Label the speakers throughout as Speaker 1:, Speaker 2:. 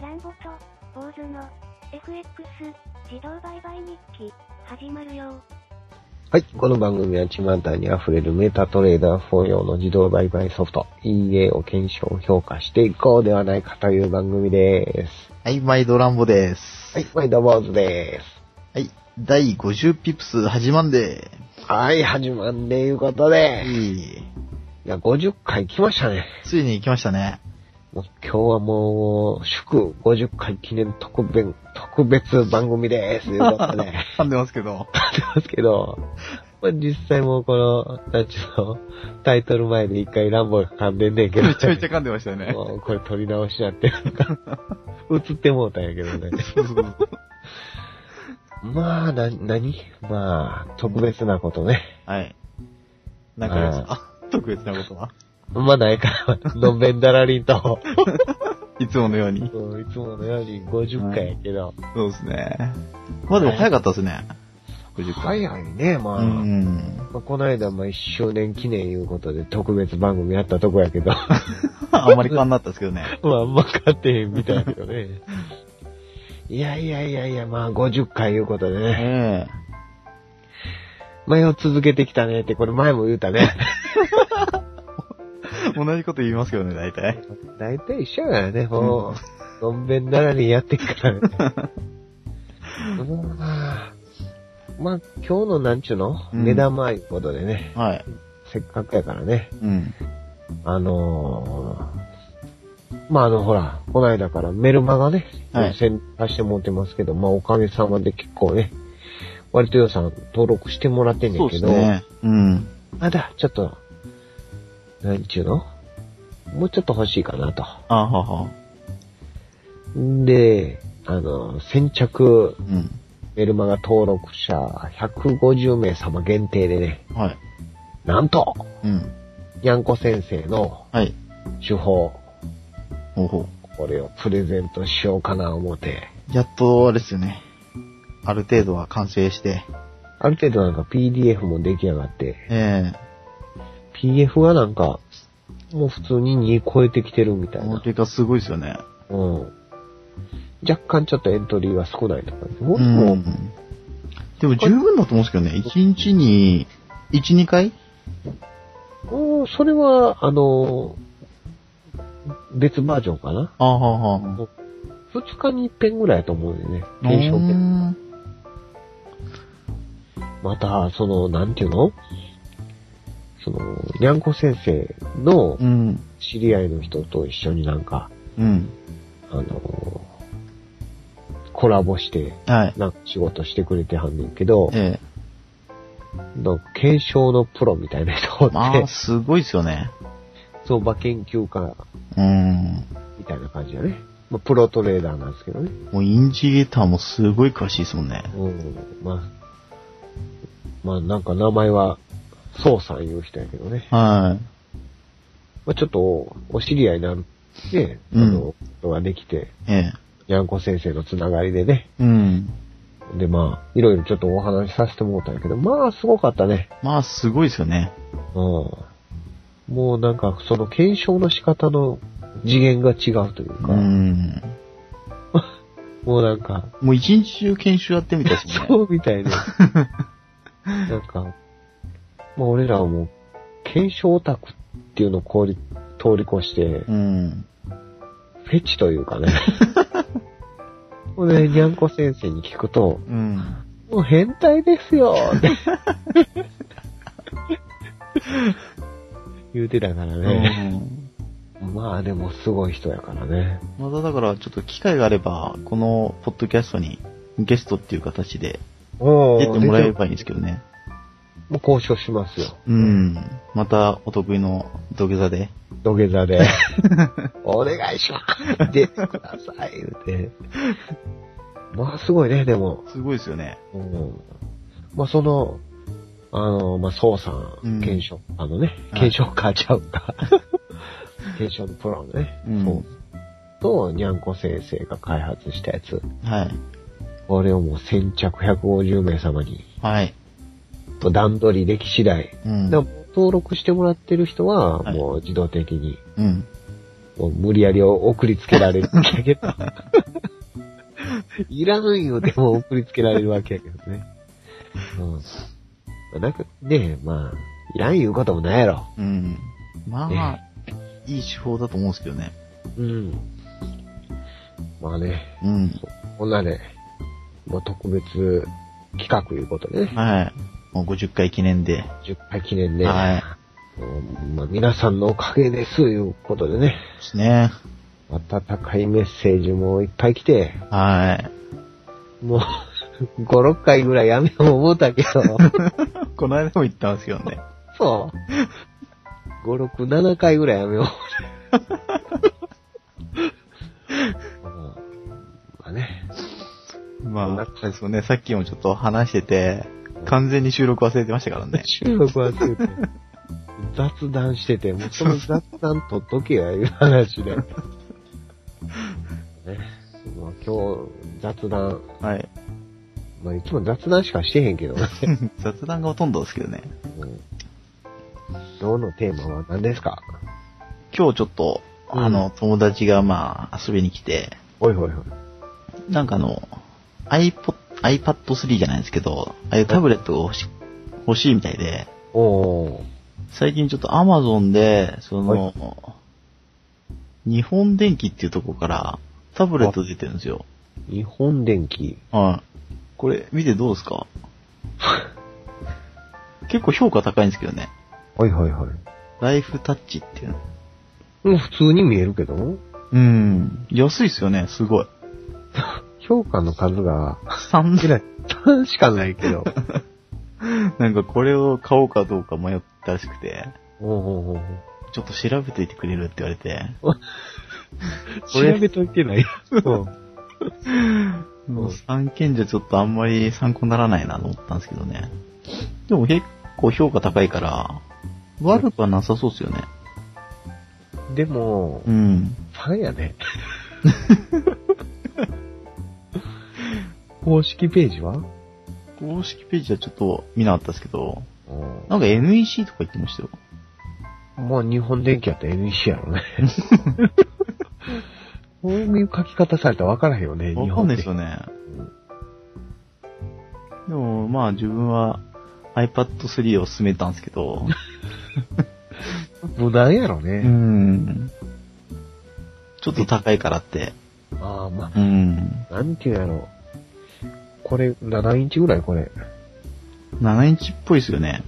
Speaker 1: ランボと、坊主の、FX、自動売買日記、始まるよ
Speaker 2: はい。この番組は巷に溢れるメタトレーダー4用の自動売買ソフト EA を検証評価していこうではないかという番組です。
Speaker 3: はい、毎度ランボです。
Speaker 2: はい。ワイドボーズで
Speaker 3: はい、第50ピプス始まんで。
Speaker 2: す。はい。始まんでいうことで。
Speaker 3: いい
Speaker 2: いや、50回来ましたね。
Speaker 3: ついに行きましたね。
Speaker 2: もう今日はもう、祝50回記念特別、特別番組です。ということで。
Speaker 3: 噛んでますけ ど。
Speaker 2: やってますけど、まあ、実際もうこの、なんちゅうの、タイトル前で一回ランボーが噛んでんねんけど。
Speaker 3: めちゃめちゃ噛んでましたよね。
Speaker 2: もうこれ撮り直しやって るのか。映ってもうたんやけどね。
Speaker 3: そうそうそう
Speaker 2: まあ、な、なにまあ、特別なことね。
Speaker 3: はい。なんかありますかあ特別なことは
Speaker 2: まあないから、のんべんだらりんと。
Speaker 3: いつものように。
Speaker 2: うんいつものように50回やけど。
Speaker 3: そうですね。まあでも早かったですね。50回。
Speaker 2: 早いね、まあ。
Speaker 3: うん。
Speaker 2: まあこの間、まあ一周年記念いうことで特別番組やったとこやけど。
Speaker 3: あんまり勘になったんですけどね。
Speaker 2: まあ、あんま勝てへんみたいだけどね。いやいやいやいや、まあ50回いうことでね。
Speaker 3: ええ。
Speaker 2: まあよう続けてきたねって、これ前も言うたね。
Speaker 3: 同じこと言いますけどね、大体。
Speaker 2: 大体一緒やからね、もう、のんべんならにやってっからね。まあ、まあ今日のなんちゅうの、
Speaker 3: うん
Speaker 2: 目玉いうことでね、
Speaker 3: はい。
Speaker 2: せっかくやからね、
Speaker 3: うん。
Speaker 2: あのー、まああのほら、こないだからメルマガね、
Speaker 3: はい
Speaker 2: 先出してもらってますけど、まあおかげさまで結構ね、割と予算登録してもらってんね
Speaker 3: そ
Speaker 2: ん
Speaker 3: う
Speaker 2: け
Speaker 3: です
Speaker 2: ど、
Speaker 3: ね。うん。
Speaker 2: まだちょっと、なんちゅうのもうちょっと欲しいかなと。
Speaker 3: あはは。
Speaker 2: で、あの、先着
Speaker 3: うん。
Speaker 2: メルマガ登録者150名様限定でね、
Speaker 3: はい。
Speaker 2: なんと、
Speaker 3: うん。
Speaker 2: ヤンコ先生の
Speaker 3: はい。
Speaker 2: 手法、
Speaker 3: ほうほう。
Speaker 2: これをプレゼントしようかな思って、
Speaker 3: やっと、あれですよね。ある程度は完成して。
Speaker 2: ある程度なんか PDF も出来上がって、
Speaker 3: え
Speaker 2: PDF がなんか、もう普通に2超えてきてるみ
Speaker 3: え
Speaker 2: たい
Speaker 3: この
Speaker 2: な。
Speaker 3: 結果すごいですよね。
Speaker 2: うん。若干ちょっとエントリーが少ないとか、もう、
Speaker 3: うん。
Speaker 2: もう
Speaker 3: でも十分だと思うんですけどね。1日に、1、2回
Speaker 2: うんそれは、あの、別バージョンかな
Speaker 3: ああ、はあ、はあ。
Speaker 2: 二日に一遍ぐらいやと思うよね。検証
Speaker 3: うー
Speaker 2: 券。
Speaker 3: ん
Speaker 2: また、その、なんていうのその、にゃんこ先生の
Speaker 3: うん。
Speaker 2: 知り合いの人と一緒になんか、
Speaker 3: うん。
Speaker 2: あの、コラボして、
Speaker 3: はい。
Speaker 2: なんか仕事してくれてはんねんけど、
Speaker 3: ええ
Speaker 2: の検証のプロみたいな人おっ
Speaker 3: まあ、
Speaker 2: て、
Speaker 3: すごいですよね。
Speaker 2: 相場研究家
Speaker 3: うん。
Speaker 2: みたいな感じだね。まあ、プロトレーダーなんですけどね。
Speaker 3: もうインジゲーターもすごい詳しいですもんね。
Speaker 2: うん、まあ、まあなんか名前は、そうさんいう人やけどね。
Speaker 3: は
Speaker 2: まあ、ちょっと、お知り合いになって、あ
Speaker 3: うん
Speaker 2: の、ことができて、
Speaker 3: い。え
Speaker 2: にゃんこ先生のつながりでね。
Speaker 3: えうん。
Speaker 2: で、まあ、いろいろちょっとお話しさせてもらったんやけど、まあ、すごかったね。
Speaker 3: まあ、すごいですよね。
Speaker 2: うん。もうなんか、その検証の仕方の次元が違うという
Speaker 3: う
Speaker 2: か、
Speaker 3: ん。
Speaker 2: もうなんか、
Speaker 3: もう一日中研修やってみたいですもんね。
Speaker 2: そうみた いで。なんか、まあ俺らはもう、検証オタクっていうのをこうり通り越して、
Speaker 3: うん。
Speaker 2: フェチというか ね。ほんで、にゃんこ先生に聞くと、
Speaker 3: うん。
Speaker 2: もう変態ですよって言うてたからね。
Speaker 3: うん
Speaker 2: まあでもすごい人やからね。
Speaker 3: まただから、ちょっと機会があれば、このポッドキャストにゲストっていう形で
Speaker 2: お
Speaker 3: 出てもらえればいいんですけどね。
Speaker 2: もう交渉しますよ。
Speaker 3: うん。またお得意の土下座で。
Speaker 2: 土下座 で、お願いします出てください言うて。まあすごいね、でも。
Speaker 3: すごいですよね。
Speaker 2: うん、まあその、あの、まあ、そうさ、
Speaker 3: うんん
Speaker 2: 検証、あのね、
Speaker 3: はい
Speaker 2: 検証かちゃう か。検証のプロのね、
Speaker 3: うん
Speaker 2: そう。と、にゃんこ先生が開発したやつ。
Speaker 3: はい。
Speaker 2: これをもう先着150名様に、
Speaker 3: はい。
Speaker 2: と段取りでき次第。
Speaker 3: うん。
Speaker 2: でも登録してもらってる人は、
Speaker 3: はい
Speaker 2: もう自動的に
Speaker 3: うん。
Speaker 2: もう無理やり送りつけられるんだけど。いらないよ、でも送りつけられるわけやけどね。うん。まあなんかね、まあ、いらん言うこともないやろ。
Speaker 3: うん。まあ、いい手法だと思うんですけどね。
Speaker 2: うん。まあね、
Speaker 3: うん。
Speaker 2: こんなね、まあ特別企画いうことでね、
Speaker 3: はい。もう50回記念で。
Speaker 2: 10回記念で、
Speaker 3: はい。
Speaker 2: うんまあ、皆さんのおかげですいうことでね、
Speaker 3: ですね。
Speaker 2: 温かいメッセージもいっぱい来て、
Speaker 3: はい。
Speaker 2: もう 、5、6回ぐらいやめよう思った けど、
Speaker 3: この間も言ったんですけどね。
Speaker 2: そう。5、6、7回ぐらいやめよう。 まあまあね。
Speaker 3: まあ、そうですよね。さっきもちょっと話してて、完全に収録忘れてましたからね。
Speaker 2: 中国はついて、雑談してて、もうその雑談取っとけや、いう話 で。ね、まあ今日、雑談、
Speaker 3: はい。
Speaker 2: まあいつも雑談しかしてへん けどね。
Speaker 3: 雑談がほとんどですけどね。
Speaker 2: うん今日のテーマは何ですか
Speaker 3: 今日ちょっと、あの、友達がまあ、遊びに来て、
Speaker 2: おいおいおい。
Speaker 3: なんかあの、iPod、iPad3 じゃないですけど、ああいうタブレットが欲し欲しいみたいで、
Speaker 2: おー。
Speaker 3: 最近ちょっと Amazon で、その、日本電機っていうとこからタブレット出てるんですよ。
Speaker 2: 日本電機。
Speaker 3: はい。これ見てどうです か結構評価高いんですけどね。
Speaker 2: はいはいはい。
Speaker 3: ライフタッチっていうの。
Speaker 2: うん普通に見えるけど、
Speaker 3: うん。安いっすよね、す ごい。
Speaker 2: 評価の数が、
Speaker 3: 3
Speaker 2: いや、3しかないけど。
Speaker 3: なんかこれを買おうかどうか迷ったらしくて、
Speaker 2: おーおーおー
Speaker 3: ちょっと調べといてくれるって言われて、
Speaker 2: 調べといてない。うん
Speaker 3: もう3件じゃちょっとあんまり参考にならないなと思ったんですけどね。でも結構評価高いから、悪くはなさそうっすよね。
Speaker 2: でも、
Speaker 3: うん。
Speaker 2: ファンや ね。公式ページは
Speaker 3: 公式ページはちょっと見なかったですけど、
Speaker 2: うん
Speaker 3: なんか NEC とか言ってましたよ。
Speaker 2: まあ、日本電気やったら NEC やろ ね。こういう書き方されたら分からへんよね、日
Speaker 3: わかん
Speaker 2: 本
Speaker 3: ない
Speaker 2: 電気。
Speaker 3: ですよね。でもまあ自分は iPad 3を勧めたんですけど、
Speaker 2: 無難やろ
Speaker 3: う
Speaker 2: ね。
Speaker 3: ん。ちょっと高いからって。
Speaker 2: ああ、ま
Speaker 3: うん。
Speaker 2: あ、なんていうんやろこれ、7インチぐらいこれ。
Speaker 3: 7インチっぽいですよね。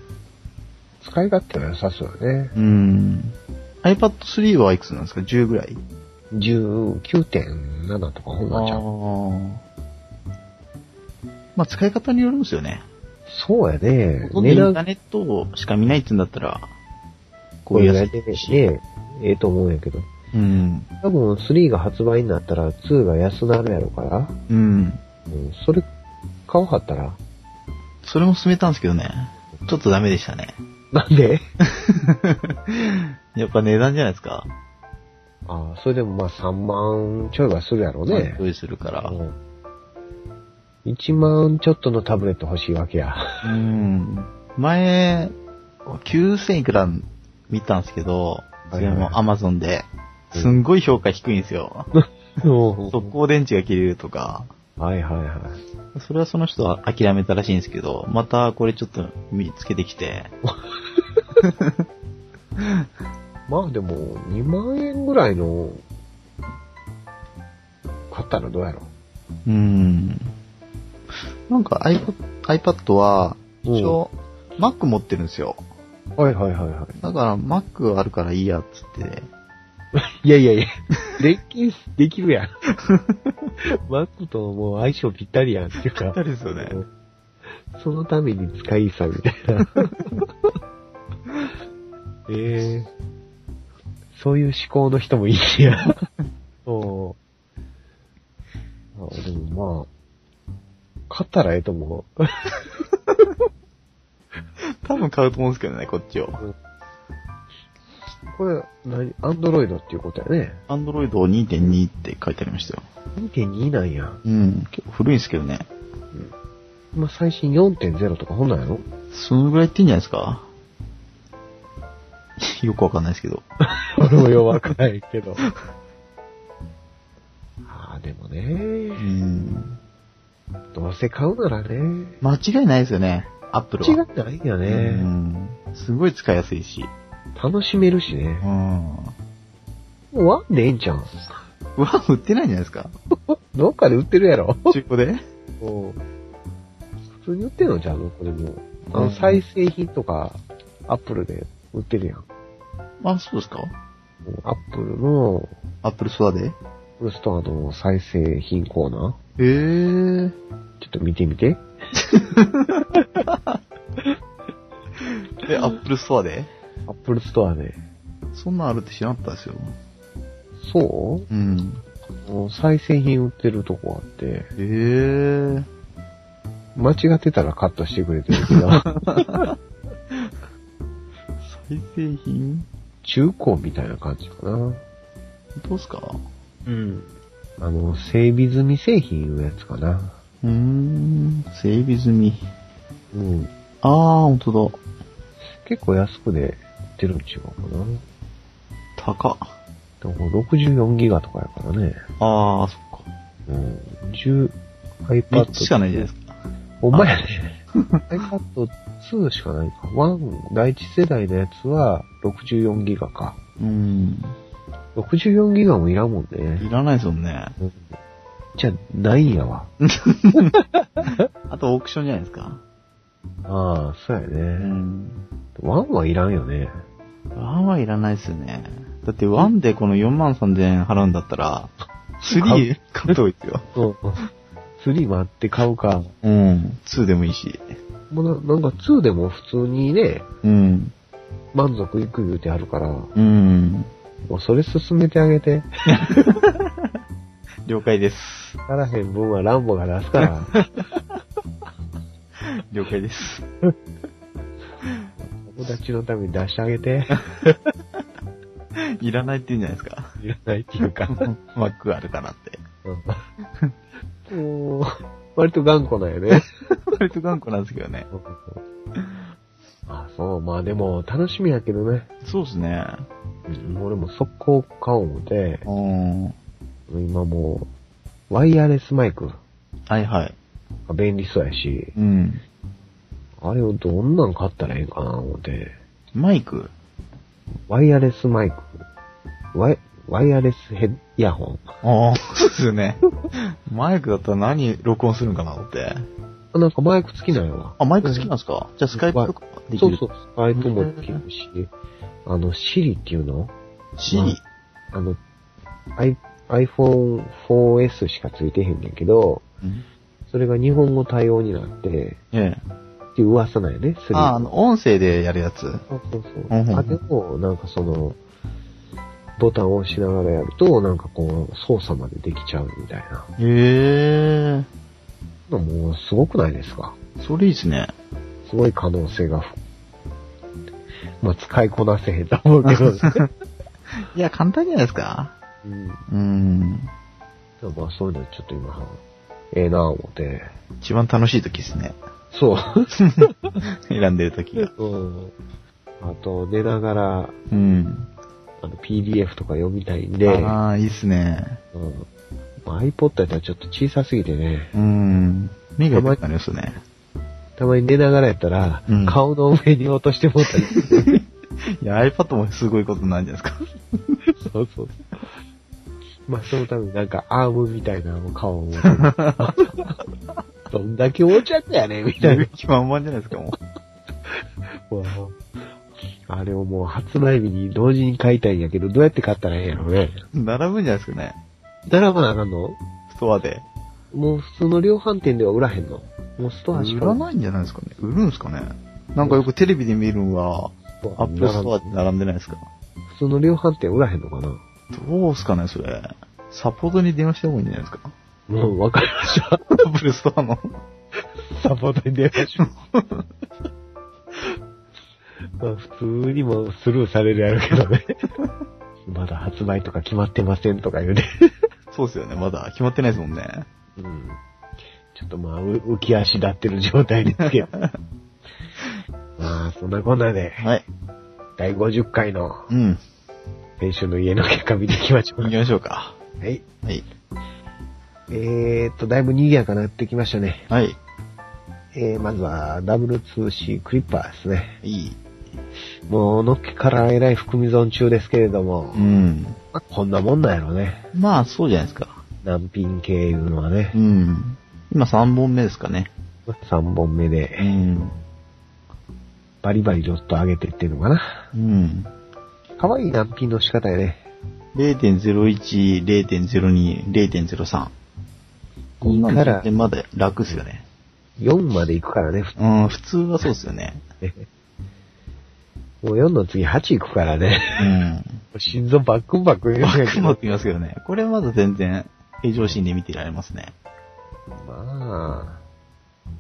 Speaker 2: 使い勝手が良さそうよね。
Speaker 3: うん。iPad 3はいくつなんですか ?10 ぐらい
Speaker 2: 19.7とかほんなんちゃう。
Speaker 3: まあ使い方によるんですよね。
Speaker 2: そうやね。
Speaker 3: ほとんどイ
Speaker 2: 値
Speaker 3: ン
Speaker 2: 段
Speaker 3: ターネットしか見ないって言うんだったら、
Speaker 2: こういうやつ
Speaker 3: こういうやつ
Speaker 2: ね、ええと思うんやけど。
Speaker 3: うん。
Speaker 2: 多分3が発売になったら2が安なるやろから、
Speaker 3: うん。
Speaker 2: うん、それ買わはったら。
Speaker 3: それも勧めたんですけどね。ちょっとダメでし たね。
Speaker 2: なんで
Speaker 3: やっぱ値段じゃないですか。
Speaker 2: ああ、それでもまあ3万ちょいはするやろうね。
Speaker 3: 用意するから。
Speaker 2: うん、1万ちょっとのタブレット欲しいわけや。
Speaker 3: うん。前、9000いくら見たんですけど、それも Amazon で。すんごい評価低いんですよ。速攻電池が切れるとか。
Speaker 2: はいはいはい。
Speaker 3: それはその人は諦めたらしいんですけど、またこれちょっと見つけてきて。
Speaker 2: まあでも、2万円ぐらいの、買ったらどうやろ
Speaker 3: うん。なんか iPod, iPad は、
Speaker 2: うん
Speaker 3: 一応、Mac 持ってるんですよ。
Speaker 2: はいはいはいは
Speaker 3: だから Mac あるからいいやっつって。
Speaker 2: い。いやいやいや、 でき、できるやん。 マックともう相性ぴったりやんっていうか。
Speaker 3: りですよね
Speaker 2: そのために使いさみたいな。 ええそういう思考の人もいいや。そう。あでもまあ、買ったらええと思う。
Speaker 3: 多分買うと思うんですけどね、こっちを。
Speaker 2: これ、何アンドロイドっていうことやね。
Speaker 3: Android 2.2って書いてありましたよ。
Speaker 2: 2.2なんや。
Speaker 3: うん。結構古いんですけどね。
Speaker 2: まあ、最新4.0とかほんなんやろ
Speaker 3: そのぐらい言ってんじゃないですかよくわかんないですけど。
Speaker 2: 俺も弱くないけど。 ああ、でもね
Speaker 3: う、ん。
Speaker 2: どうせ買うならね、
Speaker 3: 間違いないですよね。アップル
Speaker 2: 違
Speaker 3: は。
Speaker 2: ってないよ
Speaker 3: う
Speaker 2: ね。
Speaker 3: ん。すごい使いやすいし。
Speaker 2: 楽しめるし
Speaker 3: う
Speaker 2: ね。
Speaker 3: ん。
Speaker 2: もうワンでええんちゃうん。
Speaker 3: うわ、売ってないんじゃないですか
Speaker 2: どっかで売ってるやろ。
Speaker 3: 中古で
Speaker 2: 普通に売ってんのじゃん、これも。あ
Speaker 3: う
Speaker 2: の、
Speaker 3: ん
Speaker 2: 再生品とか、アップルで売ってるやん。
Speaker 3: あ、そうですか
Speaker 2: アップルの、
Speaker 3: アップルストアで
Speaker 2: プルストアの再生品コーナ
Speaker 3: ええー。
Speaker 2: ーちょっと見てみて。
Speaker 3: え、アップルストアで
Speaker 2: アップルストアで。
Speaker 3: そんなんあるって知らなかったですよ。
Speaker 2: そ
Speaker 3: うん。
Speaker 2: うもう再生品売ってるとこあって、
Speaker 3: ええー。
Speaker 2: 間違ってたらカットしてくれてるけ ど、
Speaker 3: 再生品
Speaker 2: 中古みたいな感じかな。
Speaker 3: どうすか
Speaker 2: うん。あの、整備済み製品のやつかな。
Speaker 3: うーん。整備済み。
Speaker 2: うん。
Speaker 3: あー、ほんとだ。
Speaker 2: 結構安くで売ってるん違うかな。
Speaker 3: 高っ。
Speaker 2: でも64ギガとかやからね。
Speaker 3: あー、そっか。
Speaker 2: うん。10、iPad
Speaker 3: 3つしかないじゃないですか。
Speaker 2: お前やね。iPad 2しかないか。1、第一世代のやつは64ギガか。
Speaker 3: うん。
Speaker 2: 64ギガもいらんもんね。
Speaker 3: いらないですもんね。
Speaker 2: じゃあ、ないんやわ。
Speaker 3: あとオークションじゃないですか。
Speaker 2: ああ、そうや
Speaker 3: う
Speaker 2: ね。
Speaker 3: ん。
Speaker 2: 1はいらんよね。
Speaker 3: ワンはいらないですよね。だってワンでこの4万3000円払うんだったら、3買った方がいいですよ。
Speaker 2: そう。3もあって買うか。
Speaker 3: うん。2でもいいし。
Speaker 2: もうななんか2でも普通にね、
Speaker 3: うん。
Speaker 2: 満足いく言うてあるから、も
Speaker 3: うん。
Speaker 2: うそれ進めてあげて。
Speaker 3: 了解です。
Speaker 2: ならへん分はランボが出すから。
Speaker 3: 了解です。
Speaker 2: 友達のために出してあげて。
Speaker 3: いらないって言うんじゃないですか。
Speaker 2: いらないっていうか。
Speaker 3: 枠あるからって。
Speaker 2: もう、割と頑固なんよね。
Speaker 3: 割と頑固なんですけどね。
Speaker 2: あ、そう、まあでも、楽しみやけどね。
Speaker 3: そうですね。
Speaker 2: うん俺も速攻買おう思て、
Speaker 3: うん。
Speaker 2: 今もう、ワイヤレスマイク
Speaker 3: はいはい。
Speaker 2: が便利そうやし、
Speaker 3: うん。
Speaker 2: あれをどんなん買ったらええんかな思って、
Speaker 3: マイク
Speaker 2: ワイヤレスマイク、ワイ、ワイヤレスヘッ、イヤホン。
Speaker 3: ああ、そうですよね。マイクだったら何録音するんかなと思って。
Speaker 2: あなんかマイク付きなんやわ。
Speaker 3: あ、マイク好きなんですか、じゃあスカイプとかで
Speaker 2: そ
Speaker 3: き
Speaker 2: う
Speaker 3: る
Speaker 2: そう、スカイプもできるし、あの、シリっていうの
Speaker 3: し、
Speaker 2: あの、I- iPhone 4S しかついてへんねんけど、
Speaker 3: うん
Speaker 2: それが日本語対応になって、
Speaker 3: ええ。
Speaker 2: っていう噂なんやね、3。
Speaker 3: あ、あの、音声でやるやつ。
Speaker 2: そうそうそう。
Speaker 3: うんうんうん
Speaker 2: あれを、なんかその、ボタンを押しながらやると、なんかこう、操作までできちゃうみたいな。
Speaker 3: へえ。
Speaker 2: もう、すごくないですか
Speaker 3: それいいですね。
Speaker 2: すごい可能性がふ。まあ、使いこなせへんと 思うけど、
Speaker 3: いや、簡単じゃないですか。
Speaker 2: うん。で
Speaker 3: うん。
Speaker 2: もまあ、そういうのちょっと今、ええなぁ思って。
Speaker 3: 一番楽しい時ですね。
Speaker 2: そう。
Speaker 3: 選んでる時が。
Speaker 2: うん。あと、寝ながら、
Speaker 3: うん。
Speaker 2: あの PDF とか読みたいんで、
Speaker 3: ああ、いいっすね。
Speaker 2: うん、まあ iPod やったらちょっと小さすぎてね、
Speaker 3: うん。目が痛くなりますよね。
Speaker 2: たまに寝ながらやったら、
Speaker 3: うん
Speaker 2: 顔の上に落としてもったり、
Speaker 3: いや、iPad もすごいことなんじゃないですか。
Speaker 2: そうそう。まあそのためになんかアームみたいなのを顔を。 どんだけ横着やねんみたいな。
Speaker 3: 気満々じゃないですか、もう。
Speaker 2: もうあれをもう発売日に同時に買いたいんやけど、どうやって買ったらええんやろね。
Speaker 3: 並ぶんじゃないですかね。
Speaker 2: 並ばなあかんの
Speaker 3: ストアで。
Speaker 2: もう普通の量販店では売らへんのもうストアし
Speaker 3: 売
Speaker 2: から
Speaker 3: ないんじゃないですかね。売るんですかね。なんかよくテレビで見るんは、アップルストアで並んでないですか。
Speaker 2: 普通の量販店売らへんのかな
Speaker 3: どうすかね、それ。サポートに電話した方がいいんじゃないですか。
Speaker 2: うん、わかりました。
Speaker 3: アップルストアの。
Speaker 2: サポートに電話します。 まあ、普通にもスルーされるやろうけどね。 まだ発売とか決まってませんとか言うね。
Speaker 3: そうですよね、まだ決まってないですもんね。
Speaker 2: うん。ちょっとまあ、う浮き足立 ってる状態ですけど。まあ、そんなこんなで、
Speaker 3: はい。
Speaker 2: 第50回の
Speaker 3: うん。
Speaker 2: 先週の家の結果見ていきましょう
Speaker 3: 行
Speaker 2: か
Speaker 3: き。ましょうか。
Speaker 2: はい。
Speaker 3: はい。
Speaker 2: えーっと、だいぶ賑やかになってきましたね。
Speaker 3: はい。
Speaker 2: えー、まずは W2C クリッパーですね。
Speaker 3: いい。
Speaker 2: もう、のっけからえらい含み損中ですけれども
Speaker 3: う、ん。
Speaker 2: まあこんなもんなんやろね。
Speaker 3: まあ、そうじゃないですか。
Speaker 2: 難品系いうのはね
Speaker 3: う、ん。今3本目ですかね。
Speaker 2: 3本目
Speaker 3: う
Speaker 2: で、
Speaker 3: ん。
Speaker 2: バリバリちょっと上げてっていうのかな。
Speaker 3: うん。
Speaker 2: 可愛い難品の仕方やね。
Speaker 3: 0.01、0.02、0.03。こんな
Speaker 2: 2から
Speaker 3: のまだ楽っすよね。
Speaker 2: 4まで行くからね、普通
Speaker 3: うん、普通はそうっすよね。
Speaker 2: ね。もう4の次8行くからね。
Speaker 3: うん。
Speaker 2: 心臓バックンバックン言う
Speaker 3: バ
Speaker 2: んや
Speaker 3: ッ
Speaker 2: け
Speaker 3: ク
Speaker 2: ど
Speaker 3: もって言いますけどね。これまだ全然平常心で見てられますね。
Speaker 2: まあ、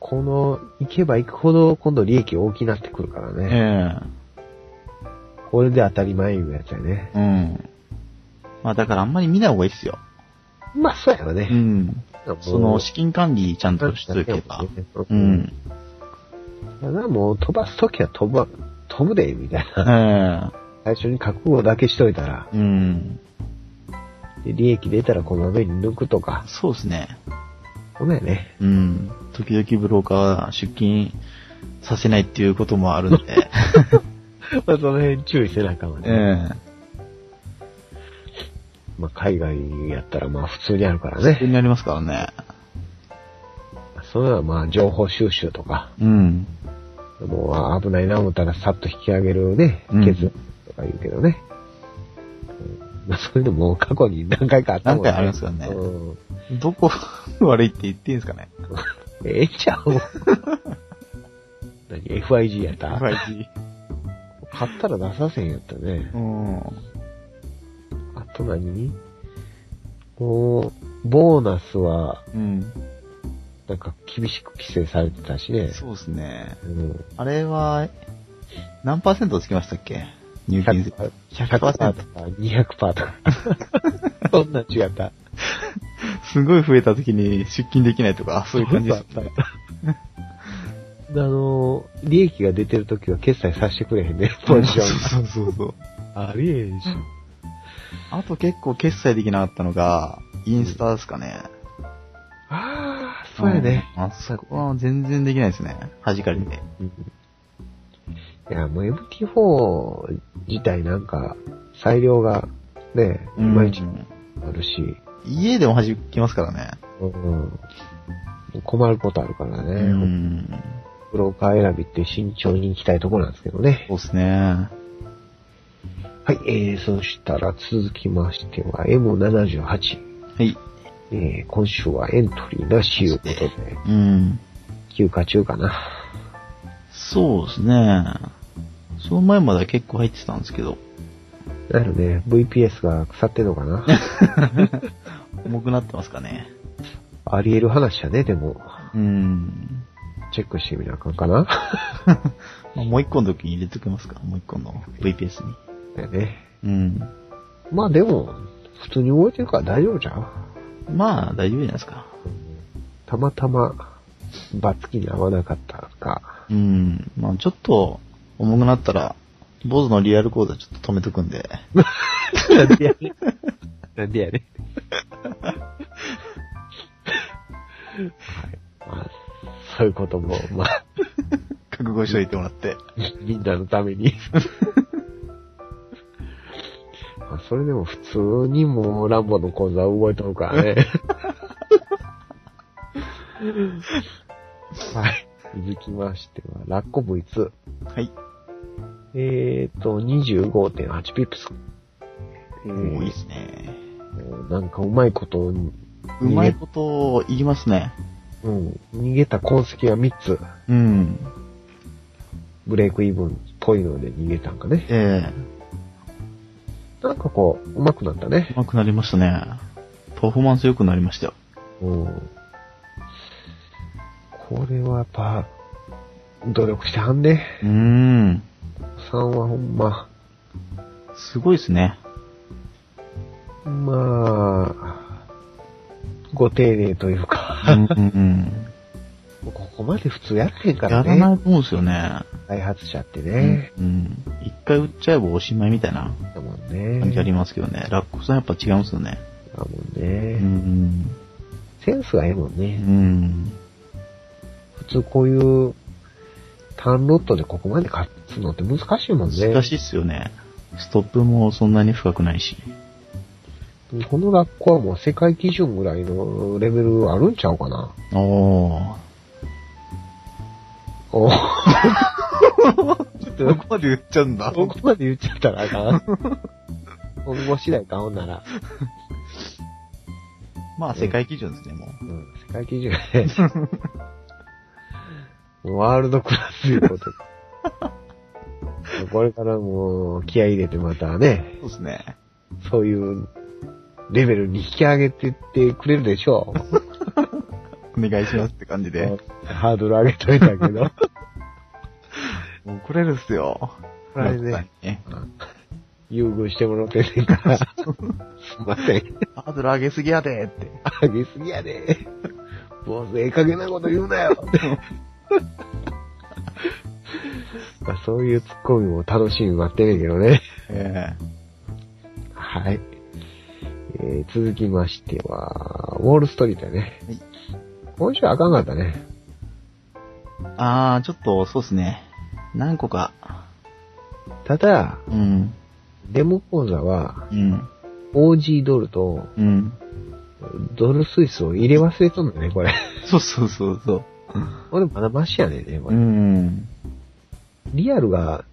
Speaker 2: この、行けば行くほど今度利益大きくなってくるから
Speaker 3: え
Speaker 2: ね。
Speaker 3: え
Speaker 2: これで当たり前いうやつやね。
Speaker 3: うん。まあだからあんまり見ない方がいいっすよ。
Speaker 2: まあ、そうやろ
Speaker 3: う
Speaker 2: ね。
Speaker 3: ん。その資金管理ちゃんとしとけば。う。 ん。
Speaker 2: だからもう飛ばすときは飛ば、飛ぶで、みたい
Speaker 3: ええ
Speaker 2: な。最初に覚悟だけしといたら、
Speaker 3: うん。
Speaker 2: で利益出たらこまめに抜くとか、
Speaker 3: そうですね。
Speaker 2: そうだよね。
Speaker 3: うん。時々ブローカーは出勤させないっていうこともあるん で。
Speaker 2: まあ、その辺注意せなあかんわ
Speaker 3: ええ
Speaker 2: ね。まあ、海外やったらまあ普通にあるから
Speaker 3: 普通
Speaker 2: ね。
Speaker 3: になりますからね。
Speaker 2: そういうのはまあ情報収集とか、
Speaker 3: うん。
Speaker 2: もう危ないな思ったらさっと引き上げるね、
Speaker 3: うん
Speaker 2: ケツとか言うけどね。うんまあ、そういうのも過去に何回かあったもん
Speaker 3: 何回ありますよね
Speaker 2: うん
Speaker 3: どこ悪いって言っていいんですかね
Speaker 2: ええちゃう 何 ?FIG やった
Speaker 3: ?5G。
Speaker 2: 買ったら出させんやったね
Speaker 3: う。ん。
Speaker 2: あと何もう、ボーナスは、
Speaker 3: うん。
Speaker 2: なんか厳しく規制されてたしね。
Speaker 3: そうですね。
Speaker 2: うん。
Speaker 3: あれは、何パーセントつきましたっけ入金税。
Speaker 2: 100%, とか
Speaker 3: 100%。
Speaker 2: 200%とか。そんなん違った。
Speaker 3: すごい増えた時に出勤できないとか、そういう感じですよね。
Speaker 2: あの、利益が出てるときは決済させてくれへんね、ポジシ ョン。
Speaker 3: そうそうそう。
Speaker 2: ありえんし。
Speaker 3: あと結構決済できなかったのが、インスタですかね。
Speaker 2: ああ、そうやね。
Speaker 3: うん。あ、そこは全然できないですね。弾かれて。
Speaker 2: いや、もう MT4 自体なんか、裁量がね、いまいち
Speaker 3: うん
Speaker 2: あるし、
Speaker 3: 家でも弾きますからね。
Speaker 2: うん困ることあるからね、
Speaker 3: うん。
Speaker 2: ブローカー選びって慎重に行きたいところなんですけどね。
Speaker 3: そうですね。
Speaker 2: はい、えー、そしたら続きましては M78。
Speaker 3: はい。
Speaker 2: えー、今週はエントリーなしいうことで、
Speaker 3: うん。
Speaker 2: 休暇中かな。
Speaker 3: そうですね。その前までは結構入ってたんですけど、
Speaker 2: なるね、VPS が腐ってんのか な
Speaker 3: 重くなってますかね。
Speaker 2: あり得る話やね、でも。
Speaker 3: うん。
Speaker 2: チェックしてみなあかんかな。
Speaker 3: まあもう一個の時に入れときますか。もう一個の VPS に。
Speaker 2: だよね。
Speaker 3: うん。
Speaker 2: まあでも、普通に動いてるから大丈夫じゃん。
Speaker 3: まあ、大丈夫じゃないですか。
Speaker 2: たまたま、バツキに合わなかったか。
Speaker 3: うん。まあ、ちょっと、重くなったら、坊主のリアル講座ちょっと止めとくんで。
Speaker 2: なんでやね。なんでやね。はい。まあ、そういうことも、まあ、
Speaker 3: 覚悟しといてもらって。
Speaker 2: みんなのため に。まあ、それでも普通にもうランボの講座は動いとるから ね。はい。続きましては、ラッコ V2。
Speaker 3: はい。
Speaker 2: えーと、25.8ピップス。え
Speaker 3: お
Speaker 2: ー
Speaker 3: ーいいですね。
Speaker 2: なんかうまいことに、
Speaker 3: うまいこと言いますね。
Speaker 2: うん、逃げた痕跡が3つ、
Speaker 3: うん。
Speaker 2: ブレイクイーブンっぽいので逃げたんかね。
Speaker 3: ええ
Speaker 2: なんかこう、うまくなったね。
Speaker 3: うまくなりましたね。パフォーマンス良くなりましたよ。
Speaker 2: うん。これはやっぱ、努力してはんね。
Speaker 3: うーん。
Speaker 2: さんはほんま、
Speaker 3: すごいですね。
Speaker 2: まあ、ご丁寧という
Speaker 3: うん
Speaker 2: か、
Speaker 3: うんうん。
Speaker 2: ここまで普通やらへんか
Speaker 3: や
Speaker 2: らね。
Speaker 3: らないと思うんですよね。
Speaker 2: 開発者ってね、
Speaker 3: うん。一回売っちゃえばおしまいみたいな
Speaker 2: だもんね。
Speaker 3: 感じありますけどね。ラッコさんやっぱ違うんすよね。
Speaker 2: だもん
Speaker 3: う
Speaker 2: ね。
Speaker 3: ん。
Speaker 2: センスがええもん
Speaker 3: う
Speaker 2: ね。
Speaker 3: ん。
Speaker 2: 普通こういう、単ロットでここまで勝つのって難しいもんね。
Speaker 3: 難しいっすよね。ストップもそんなに深くないし。
Speaker 2: このラッコはもう世界基準ぐらいのレベルあるんちゃうか な。
Speaker 3: おー。
Speaker 2: お
Speaker 3: どこまで言っちゃうんだ
Speaker 2: ここまで言っちゃったらあかん。今後次第か、ほんなら。
Speaker 3: まあ世界基準ですね、もう。
Speaker 2: うん、世界基準で。ワールドクラスいうことで。これからもう気合い入れてまたね、
Speaker 3: そうですね。
Speaker 2: そういうレベルに引き上げてってくれるでしょ
Speaker 3: お願いしますって感じ
Speaker 2: う。
Speaker 3: で。
Speaker 2: ハードル上げといたけ ど。
Speaker 3: もう来れるっすよ。
Speaker 2: これね、
Speaker 3: ね。
Speaker 2: 優遇してもらってんねんから。すいません。
Speaker 3: ハードル上げすぎやでって。
Speaker 2: 上げすぎやで。坊主、ええ加減なこと言うなよ。 まあ、そういうツッコミも楽しみに待ってるけどね。
Speaker 3: え
Speaker 2: はい。えー、続きましては、ウォールストリートやね。
Speaker 3: はい
Speaker 2: 今週あかんかったね。
Speaker 3: えあー、ちょっと、そうっすね。何個か。
Speaker 2: ただ、
Speaker 3: うん。
Speaker 2: デモ講座は、
Speaker 3: うん。
Speaker 2: OG ドルと
Speaker 3: うん。
Speaker 2: ドルスイスを入れ忘れとんだね、 これ。
Speaker 3: そうそうそうそう。
Speaker 2: 俺まだマシやねんね、こ
Speaker 3: う
Speaker 2: れ。
Speaker 3: ん。
Speaker 2: リアルが、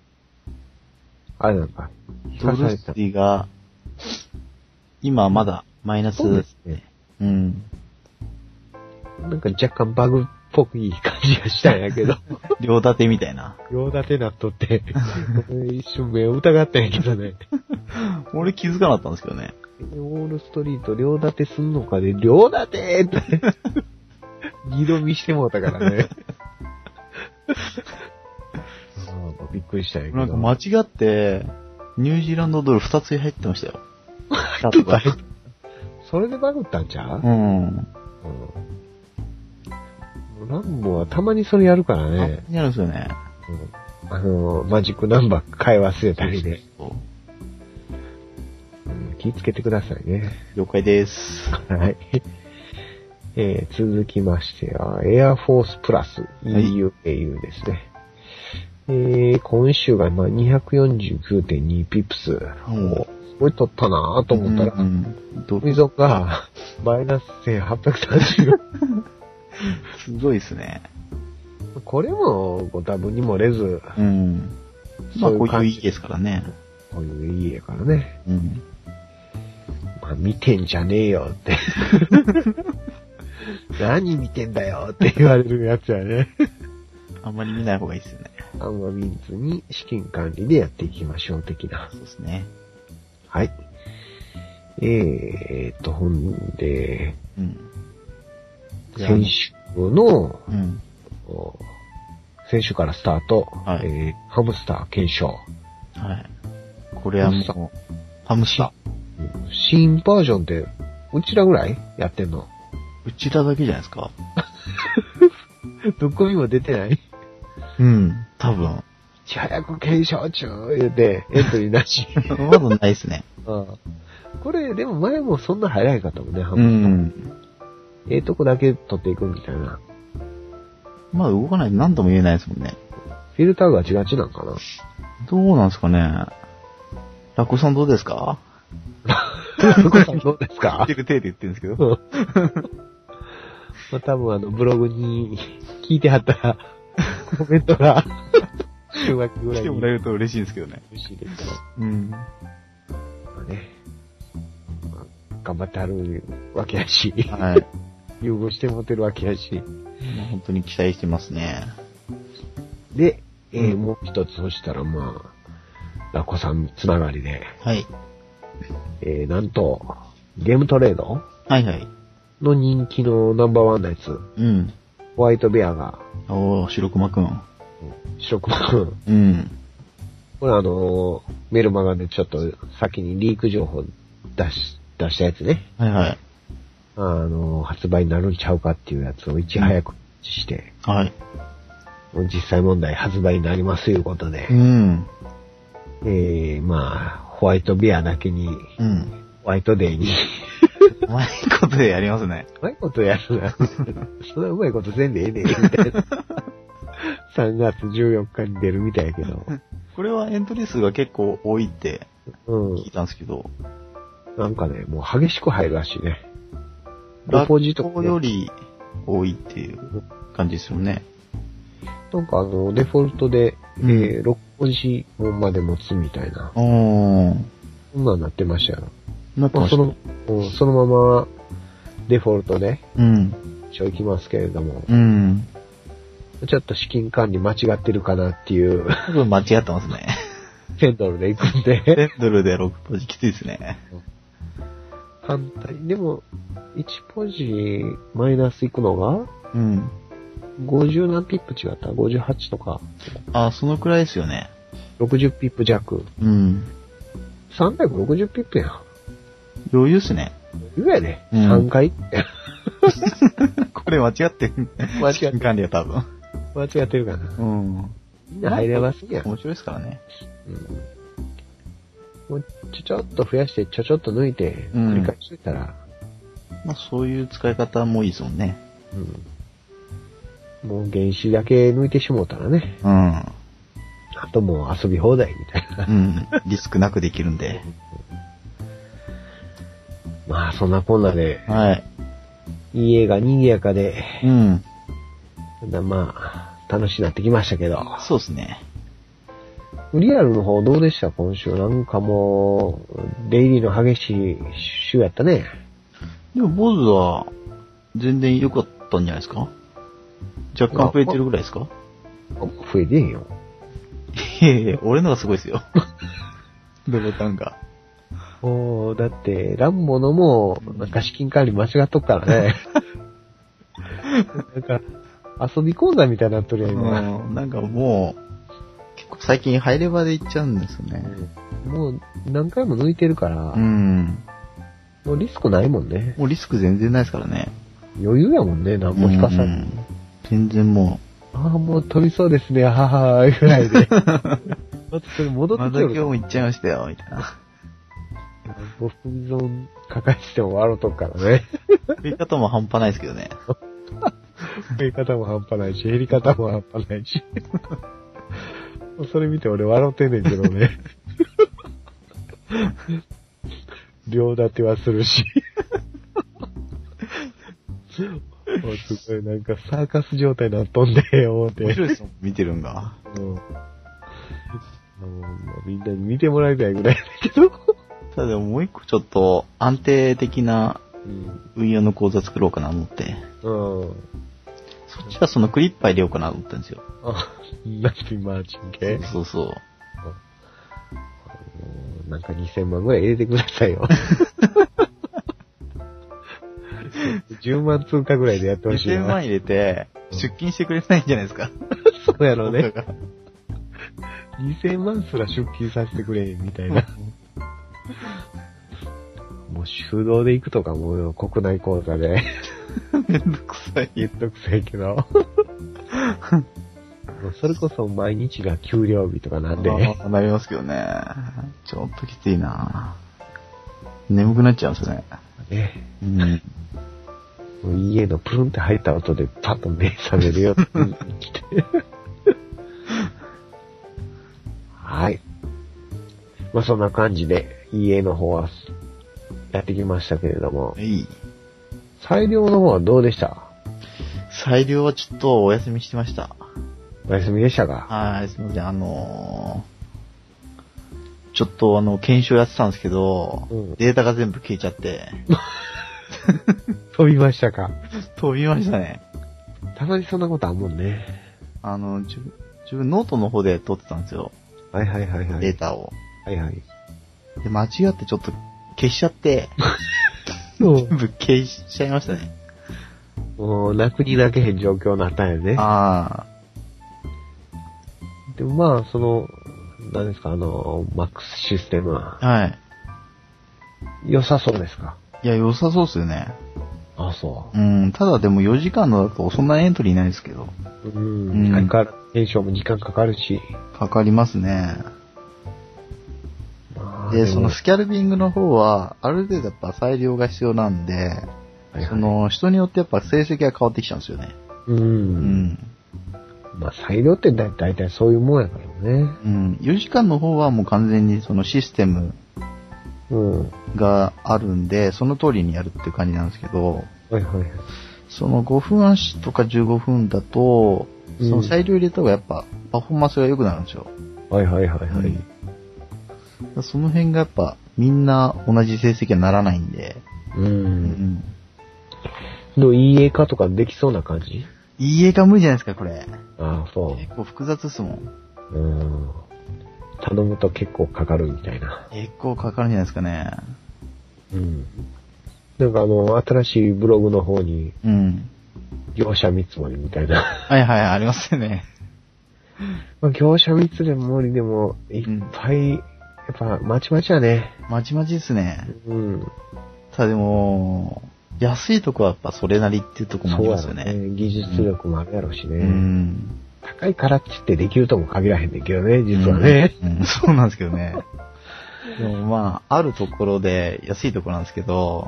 Speaker 2: あれなんか、引
Speaker 3: ド
Speaker 2: かさ
Speaker 3: ル
Speaker 2: れて
Speaker 3: ス
Speaker 2: た
Speaker 3: テ。ィが、今まだマイナス。
Speaker 2: そうですね。
Speaker 3: うん。
Speaker 2: なんか若干バグっぽくいい感じがしたんやけど、
Speaker 3: 両立てみたいな。
Speaker 2: 両立てなっとって、一瞬目を疑ったんやけどね。
Speaker 3: 俺気づかなかったんですけどね。
Speaker 2: ウォールストリート両立てすんのかで、両立てって、二度見してもうたからね。そうびっくりしたんやけど。
Speaker 3: なんか間違って、ニュージーランドドル2つ入ってまし たよ。入
Speaker 2: ってたそれでバグったんちゃう、
Speaker 3: うん。
Speaker 2: うん、ランボはたまにそれやるから
Speaker 3: あ
Speaker 2: ね。、
Speaker 3: やるんですよね。
Speaker 2: うんあの、マジックナンバー買い忘れたりで。
Speaker 3: そ
Speaker 2: う
Speaker 3: う
Speaker 2: ん気をつけてくださいね。
Speaker 3: 了解です。
Speaker 2: はい。 えー続きましては、エアフォースプラス
Speaker 3: い
Speaker 2: EU ですね。えー今週がまあ249.2ピプス。
Speaker 3: お
Speaker 2: これ取ったなぁと思ったら、
Speaker 3: うん。ドル
Speaker 2: 溝がマイナス1830。
Speaker 3: すごいですね。
Speaker 2: これもご多分にもれず、
Speaker 3: うん。まあ、こういう意
Speaker 2: じ
Speaker 3: 義ですからね。
Speaker 2: こういう家やからね。
Speaker 3: うん。
Speaker 2: まあ見てんじゃねえよ って。何見てんだよって言われるやつやね。
Speaker 3: あんまり見ない方がいいですよね。
Speaker 2: アンワミンズに資金管理でやっていきましょう的な。
Speaker 3: そうですね。
Speaker 2: はい。えー、っと、ほんで、
Speaker 3: うん。
Speaker 2: 先週の、
Speaker 3: うん。
Speaker 2: お先週からスタート、
Speaker 3: はい
Speaker 2: えーハムスター検証、
Speaker 3: はい。これはもう、ハムスター。
Speaker 2: 新バージョンって、うちらぐらいやってんの
Speaker 3: うちらだけじゃないですか。
Speaker 2: どこにも出てない
Speaker 3: うん。多分。
Speaker 2: 早く検証中言うて、エントリーなし。
Speaker 3: まだないです ね。
Speaker 2: うんこれ、でも前もそんな早いかったもんね、ハ
Speaker 3: う
Speaker 2: ム
Speaker 3: ん。
Speaker 2: ええとこだけ取っていくみたいな。
Speaker 3: まだ動かないと何とも言えないですもんね。
Speaker 2: フィルターがちがちなんか な
Speaker 3: どうなんですかね。ラコさんどうですか
Speaker 2: どこさんどうですか
Speaker 3: る手で言ってるんですけど。
Speaker 2: まあ、多分あの、ブログに聞いてはったら、コメントが、週末ぐら
Speaker 3: 来
Speaker 2: い
Speaker 3: ても
Speaker 2: に
Speaker 3: らえると嬉しいんですけどね。
Speaker 2: 嬉しいですか
Speaker 3: うん。
Speaker 2: ら、まあね。まあ頑張ってはるわけやし、
Speaker 3: はい。
Speaker 2: 融合して持てるわけやし。
Speaker 3: まあ本当に期待してますね。
Speaker 2: で、えー
Speaker 3: うん
Speaker 2: もう一つ、そしたらまあ、ラコさんつながりで、
Speaker 3: はい。
Speaker 2: えー、なんと、ゲームトレード
Speaker 3: はいはい。
Speaker 2: の人気のナンバーワンのやつ、
Speaker 3: うん。
Speaker 2: ホワイトベアが、
Speaker 3: おー、白熊くん。
Speaker 2: 白熊くん、
Speaker 3: うん。
Speaker 2: これあのーメルマガでちょっと先にリーク情報出し、出したやつね。
Speaker 3: はいはい。
Speaker 2: あのー発売になるんちゃうかっていうやつをいち早くして、
Speaker 3: はい。
Speaker 2: もう実際問題発売になりますということで
Speaker 3: う、ん。
Speaker 2: えー、まあ、ホワイトビアだけに、
Speaker 3: うん。
Speaker 2: ホワイトデーに、
Speaker 3: うまいことでやりますね。
Speaker 2: うまいことやるな。 そんなうまいことせんでええねん、みたいな。3月14日に出るみたいやけど。
Speaker 3: これはエントリー数が結構多いって
Speaker 2: う
Speaker 3: 聞い
Speaker 2: ん。
Speaker 3: たんですけど、
Speaker 2: なんかね、もう激しく入るらしいね。
Speaker 3: ラ
Speaker 2: ラ
Speaker 3: ッ
Speaker 2: ポジと
Speaker 3: コ
Speaker 2: か、
Speaker 3: よ
Speaker 2: ね、
Speaker 3: り多いっていう感じですよね。
Speaker 2: なんかあの、デフォルトで、
Speaker 3: うん
Speaker 2: えー、6文字まで持つみたいな、
Speaker 3: うーん。
Speaker 2: そんなんなってましたよ。
Speaker 3: なって
Speaker 2: ま
Speaker 3: ま
Speaker 2: あ、
Speaker 3: した
Speaker 2: その、うんそのまま、デフォルトで、
Speaker 3: うん。
Speaker 2: 一応行きますけれども、
Speaker 3: うん。
Speaker 2: ちょっと資金管理間違ってるかなっていう、
Speaker 3: 多分間違ってますね。
Speaker 2: 1000ドルで行くんで、
Speaker 3: 10ドルで6ポジきついですね。
Speaker 2: 反対。でも、1ポジマイナス行くのが、
Speaker 3: うん。
Speaker 2: 50何ピップ違った ?58 とか、
Speaker 3: あ、そのくらいですよね。
Speaker 2: 60ピップ弱。
Speaker 3: うん。
Speaker 2: 360ピップやん。
Speaker 3: 余裕っすね。
Speaker 2: いわやね、
Speaker 3: うん
Speaker 2: 3回
Speaker 3: これ間違ってる。
Speaker 2: 間違って
Speaker 3: 管理は多分。
Speaker 2: 間違ってるかな。
Speaker 3: うん。
Speaker 2: みんな入れますやん。
Speaker 3: 面白いですからね。
Speaker 2: うんもうちょちょっと増やして、ちょちょっと抜いて、
Speaker 3: うん
Speaker 2: 繰り返してたら、
Speaker 3: まあそういう使い方もいいですもんね。
Speaker 2: うんもう原子だけ抜いてしもうたらね、
Speaker 3: うん。
Speaker 2: あともう遊び放題みたいな。
Speaker 3: うん。リスクなくできるんで。
Speaker 2: まあそんなこんなで、
Speaker 3: はい。
Speaker 2: 家が賑やかで、
Speaker 3: うん。
Speaker 2: だんだんまあ、楽しくなってきましたけど、
Speaker 3: そうですね。
Speaker 2: リアルの方どうでした今週なんかもう、出入りの激しい週やったね。
Speaker 3: でも、坊主は、全然良かったんじゃないですか若干増えてるぐらいですか
Speaker 2: 増えてんよ。
Speaker 3: いやいや、俺のがすごいです よ。ドボタンが。
Speaker 2: おーだって、ランボのも、なんか資金管理間違っとくから ね。なんか、遊び講座みたいになっとる
Speaker 3: う
Speaker 2: やん、今。
Speaker 3: ん。なんかもう、結構最近入れ歯でいっちゃうんですよね。
Speaker 2: もう何回も抜いてるから、
Speaker 3: うん。
Speaker 2: もうリスクないもんね。
Speaker 3: もうリスク全然ないですからね。
Speaker 2: 余裕やもんね、何も引かさず。
Speaker 3: うん全然も
Speaker 2: ああ、もう飛びそうですね、はははーぐらい で。またそれ戻っ
Speaker 3: う、
Speaker 2: て
Speaker 3: ま
Speaker 2: き
Speaker 3: だ
Speaker 2: て
Speaker 3: 今日
Speaker 2: る。
Speaker 3: も行っちゃいましたよ、みたいな。
Speaker 2: ボフビゾン抱えしても笑うとくからね。
Speaker 3: 言い方も半端ないですけどね。
Speaker 2: 増え方も半端ないし、減り方も半端ないし。 もうそれ見て俺笑ってんねんけどね。 両立てはするし。 もうすごいなんかサーカス状態になっとんで、思うて。
Speaker 3: 面白いですよ、見てるんが。
Speaker 2: うんあのもうみんなに見てもらいたいぐらいだけど。
Speaker 3: ただでももう一個ちょっと安定的な
Speaker 2: うん。
Speaker 3: 運用の講座作ろうかなと思って、
Speaker 2: うん。
Speaker 3: そっちはそのクリッパ入れようかなと思ったんですよ。
Speaker 2: あ、ナッピマーチン系。
Speaker 3: そうそう。
Speaker 2: もうなんか2000万ぐらい入れてくださいよ。10万通貨ぐらいでやってほしいな。
Speaker 3: 2000万入れて、
Speaker 2: うん
Speaker 3: 出勤してくれないんじゃないですか。
Speaker 2: そうやろうね。
Speaker 3: 僕が
Speaker 2: 2000万すら出勤させてくれ、みたいな。もう手動で行くとかもう国内口座で
Speaker 3: めんどくさい。
Speaker 2: 言っとくせえけど。もうそれこそ毎日が給料日とかなんで、
Speaker 3: あーなりますけどね。ちょっときついな眠くなっちゃうんですよね。
Speaker 2: ね、
Speaker 3: うん。
Speaker 2: もう家のプルンって入った音でパッと目覚めるよって来て。はい。まあそんな感じで家の方はやってきましたけれども、
Speaker 3: いい。
Speaker 2: 裁量の方はどうでした
Speaker 3: 裁量はちょっとお休みしてました。
Speaker 2: お休みでしたか
Speaker 3: はい、すみません。あのーちょっとあの、検証やってたんですけど、
Speaker 2: うん
Speaker 3: データが全部消えちゃって、
Speaker 2: 飛びましたか
Speaker 3: 飛びましたね。
Speaker 2: たまにそんなことあんもんね。
Speaker 3: あの、自分、自分ノートの方で撮ってたんですよ、
Speaker 2: はいはいはいはい
Speaker 3: デー。タを。
Speaker 2: はいはい。
Speaker 3: で、間違ってちょっと消しちゃって、
Speaker 2: そう
Speaker 3: 全部消しちゃいましたね。
Speaker 2: もう泣くに泣けへん状況になったんやね。
Speaker 3: あ
Speaker 2: でもまあその、何ですかあの、マックスシステムは
Speaker 3: あ、はい。
Speaker 2: 良さそうですか
Speaker 3: いや、良さそうっすよね。
Speaker 2: あ、そう。
Speaker 3: うん、ただでも4時間のだとそんなエントリーないですけど。
Speaker 2: うん、相変わらず検証も時間かかるし。
Speaker 3: かかりますね。
Speaker 2: まあ
Speaker 3: で、その
Speaker 2: も
Speaker 3: スキャルビングの方は、ある程度やっぱ裁量が必要なんで、
Speaker 2: はいはい
Speaker 3: その人によってやっぱ成績が変わってきちゃうんですよね。
Speaker 2: う。
Speaker 3: うんん。
Speaker 2: まあ、裁量ってだ大体そういうもんやからね。
Speaker 3: うん。4時間の方はもう完全にそのシステム
Speaker 2: うん。
Speaker 3: があるんで、その通りにやるっていう感じなんですけど、
Speaker 2: はいはいはい。
Speaker 3: その5分足とか15分だと、その裁量入れた方がやっぱパフォーマンスが良くなるんですよ。
Speaker 2: はいはいはいはい。
Speaker 3: うんその辺がやっぱみんな同じ成績にならないんで、
Speaker 2: う。
Speaker 3: うんん。
Speaker 2: の EA 化とかできそうな感じ
Speaker 3: いい絵が無理じゃないですか、これ。
Speaker 2: ああ、そ
Speaker 3: 結構複雑っすもん。
Speaker 2: う。うん。頼むと結構かかるみたいな。
Speaker 3: 結構かかるんじゃないですかね。
Speaker 2: うん。なんかあの、新しいブログの方に、
Speaker 3: うん。
Speaker 2: 業者見積もりみたいな。
Speaker 3: はいはい、ありますよね。
Speaker 2: まあ、業者見積もりでも、いっぱい、やっぱ、まちまちやね。
Speaker 3: まちまちですね。
Speaker 2: うん。
Speaker 3: ただでも、安いとこはやっぱそれなりっていうとこもあ
Speaker 2: そう
Speaker 3: りま
Speaker 2: や
Speaker 3: す
Speaker 2: ろ
Speaker 3: よね。
Speaker 2: ね。技術力もあるやろしね。
Speaker 3: うん。
Speaker 2: 高いからっちってできるとも限らへんねんけどね、実はね。
Speaker 3: うん、そうなんですけどね。でもまあ、あるところで安いところなんですけど、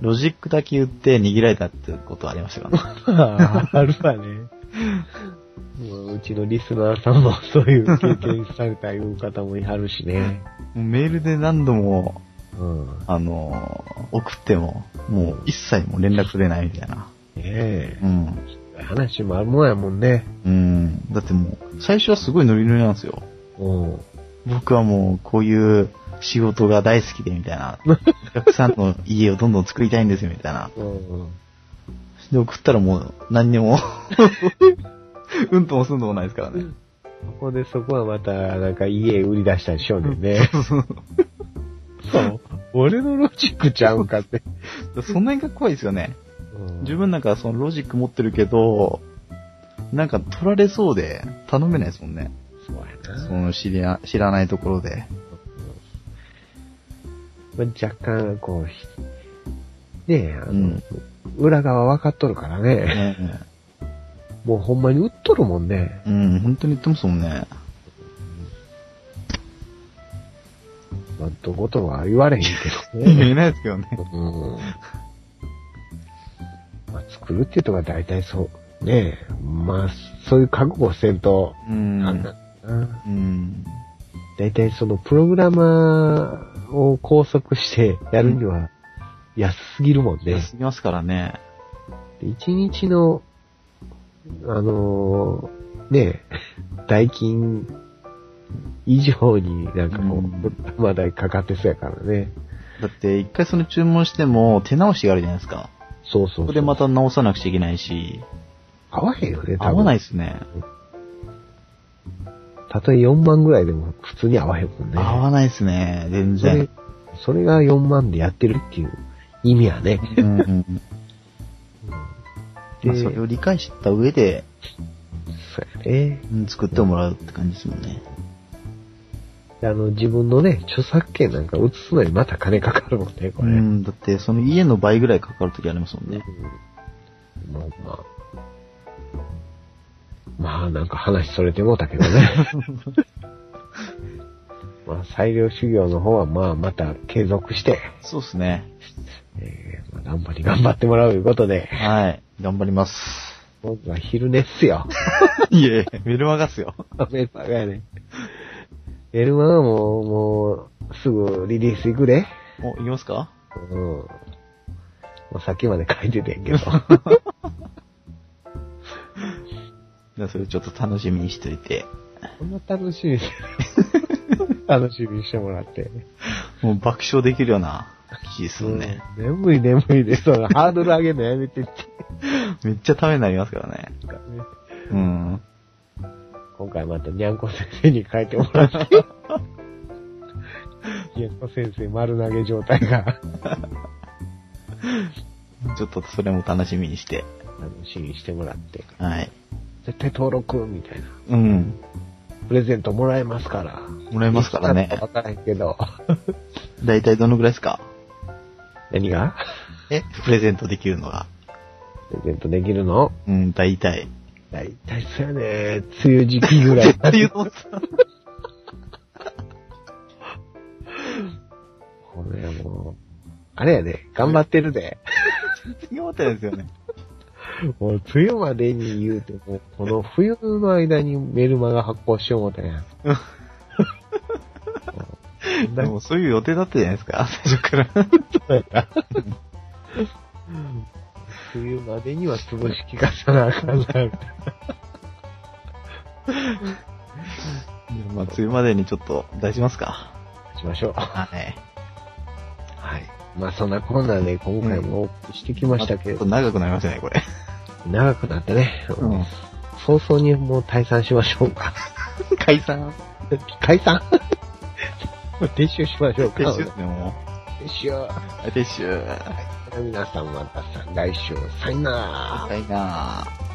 Speaker 3: ロジックだけ言って握られたってことはありましたからね。
Speaker 2: ああるわね。もううちのリスナーさんもそういう経験されたいう方もいはるしね。
Speaker 3: もうメールで何度も、
Speaker 2: うん。ね
Speaker 3: あのー送っても、もう一切もう連絡取れないみたいな。
Speaker 2: え
Speaker 3: う。ん。
Speaker 2: 話もあるもんやもんね。
Speaker 3: うん。だってもう、最初はすごいノリノリなんですよ。
Speaker 2: うん。
Speaker 3: 僕はもう、こういう仕事が大好きで、みたい な。お客さんの家をどんどん作りたいんですよ、みたいな。
Speaker 2: うん。
Speaker 3: で、送ったらもう、何に も、うんともすんともないですから ね。
Speaker 2: そこでそこはまた、なんか家売り出したりしようねんね。 そう。俺のロジックちゃうんかって。
Speaker 3: その辺が怖いですよね。
Speaker 2: うん
Speaker 3: 自分なんかそのロジック持ってるけど、なんか取られそうで、頼めないですもんね。
Speaker 2: そうやな
Speaker 3: そ。の知りあ知らないところで。
Speaker 2: まあ若干、こう、ひねえ、あの、
Speaker 3: うん
Speaker 2: 裏側分かっとるからね。
Speaker 3: ね
Speaker 2: もうほんまに売っとるもんね。
Speaker 3: うん、本当に言ってますもん ね。
Speaker 2: まあ、どことは言われへんけど
Speaker 3: 言え
Speaker 2: ね。
Speaker 3: ないですけどね。
Speaker 2: うん。まあ、作るっていうとこは大体そう。ねえ。まあ、そういう覚悟せんと、
Speaker 3: うん。
Speaker 2: あんなな。
Speaker 3: うん。
Speaker 2: 大体そのプログラマーを拘束してやるには安すぎるもんね。
Speaker 3: 安すぎますからね。
Speaker 2: 一日の、あのーねえ、代金以上になんかこ
Speaker 3: うん
Speaker 2: う、まだかかってそうやからね。
Speaker 3: だって、一回その注文しても手直しがあるじゃないですか。
Speaker 2: そうそうそう。
Speaker 3: そこでまた直さなくちゃいけないし、
Speaker 2: 合わへんよね、。
Speaker 3: 合わないいですね。
Speaker 2: たとえ4万ぐらいでも普通に合わへんもんね。
Speaker 3: 合わないですね、全
Speaker 2: それ
Speaker 3: 然。、
Speaker 2: それが4万でやってるっていう意味やね。
Speaker 3: うん うん
Speaker 2: で
Speaker 3: まあそれを理解した上で、
Speaker 2: そうやね。
Speaker 3: うん作ってもらうって感じですもんね。
Speaker 2: あの、自分のね、著作権なんか移すのにまた金かかるもんね、こ
Speaker 3: う
Speaker 2: れ。
Speaker 3: ん、だって、その家の倍ぐらいかかるときありますもんね。
Speaker 2: うんまあまあ。まあなんか話それてもうたけどね。 まあ裁量修行の方はまあまた継続して、
Speaker 3: そうですね。
Speaker 2: えーまあ、頑張り頑張ってもらうということで、
Speaker 3: はい。頑張ります。
Speaker 2: 僕は昼寝っす よ。
Speaker 3: いえ、メルマガっすよ。
Speaker 2: メンバーがね。エルマはもう、もう、すぐリリース行くで。
Speaker 3: お、いきますか
Speaker 2: うん。もうさっきまで書いててん けど。
Speaker 3: じゃあそれちょっと楽しみにしといて。
Speaker 2: こんな楽しみに 楽しみにしてもらって。
Speaker 3: もう爆笑できるような記事ですもんね。
Speaker 2: うん眠い眠いで、そのハードル上げるのやめてって
Speaker 3: めっちゃためになりますからね。
Speaker 2: いうかね。
Speaker 3: うん。
Speaker 2: 今回またにゃんこ先生に書いてもら って。にゃんこ先生丸投げ状態が
Speaker 3: ちょっとそれも楽しみにして。
Speaker 2: 楽しみにしてもらって。
Speaker 3: はい。
Speaker 2: 絶対登録みたいな。
Speaker 3: うん。
Speaker 2: プレゼントもらえますから。
Speaker 3: もらえますから
Speaker 2: いつなのか
Speaker 3: ね。
Speaker 2: わからへんけど。
Speaker 3: だいたいどのぐらいですか
Speaker 2: 何が
Speaker 3: えプレゼントできるのが。
Speaker 2: プレゼントできるの
Speaker 3: うん、だいたい。
Speaker 2: 大体そうやね。 梅雨時期ぐらい。
Speaker 3: っていうのさ、
Speaker 2: これもう、あれやね、頑張ってるで。
Speaker 3: 次思ったんですよね。
Speaker 2: もう梅雨までに言うても、この冬の間にメルマが発行しようもた やん。
Speaker 3: でもそういう予定だったじゃないです か、最初から。
Speaker 2: 冬までには潰しきかさなあかんな。
Speaker 3: まあ、梅雨までにちょっと出しますか。
Speaker 2: しましょう。
Speaker 3: はい。
Speaker 2: はい。まあそんなこんなで今回もお送りしてきましたけ
Speaker 3: ちょっ
Speaker 2: ど
Speaker 3: と、長くなりましたね、これ。
Speaker 2: 長くなったね。
Speaker 3: うん。
Speaker 2: 早々にもう退散しましょうか。
Speaker 3: 解散。
Speaker 2: 解散 撤収しましょうか。
Speaker 3: 撤収ですね、も
Speaker 2: 撤収。
Speaker 3: う。はい撤収。
Speaker 2: 皆さんまたさ、来週、さよなら。
Speaker 3: はいなぁ。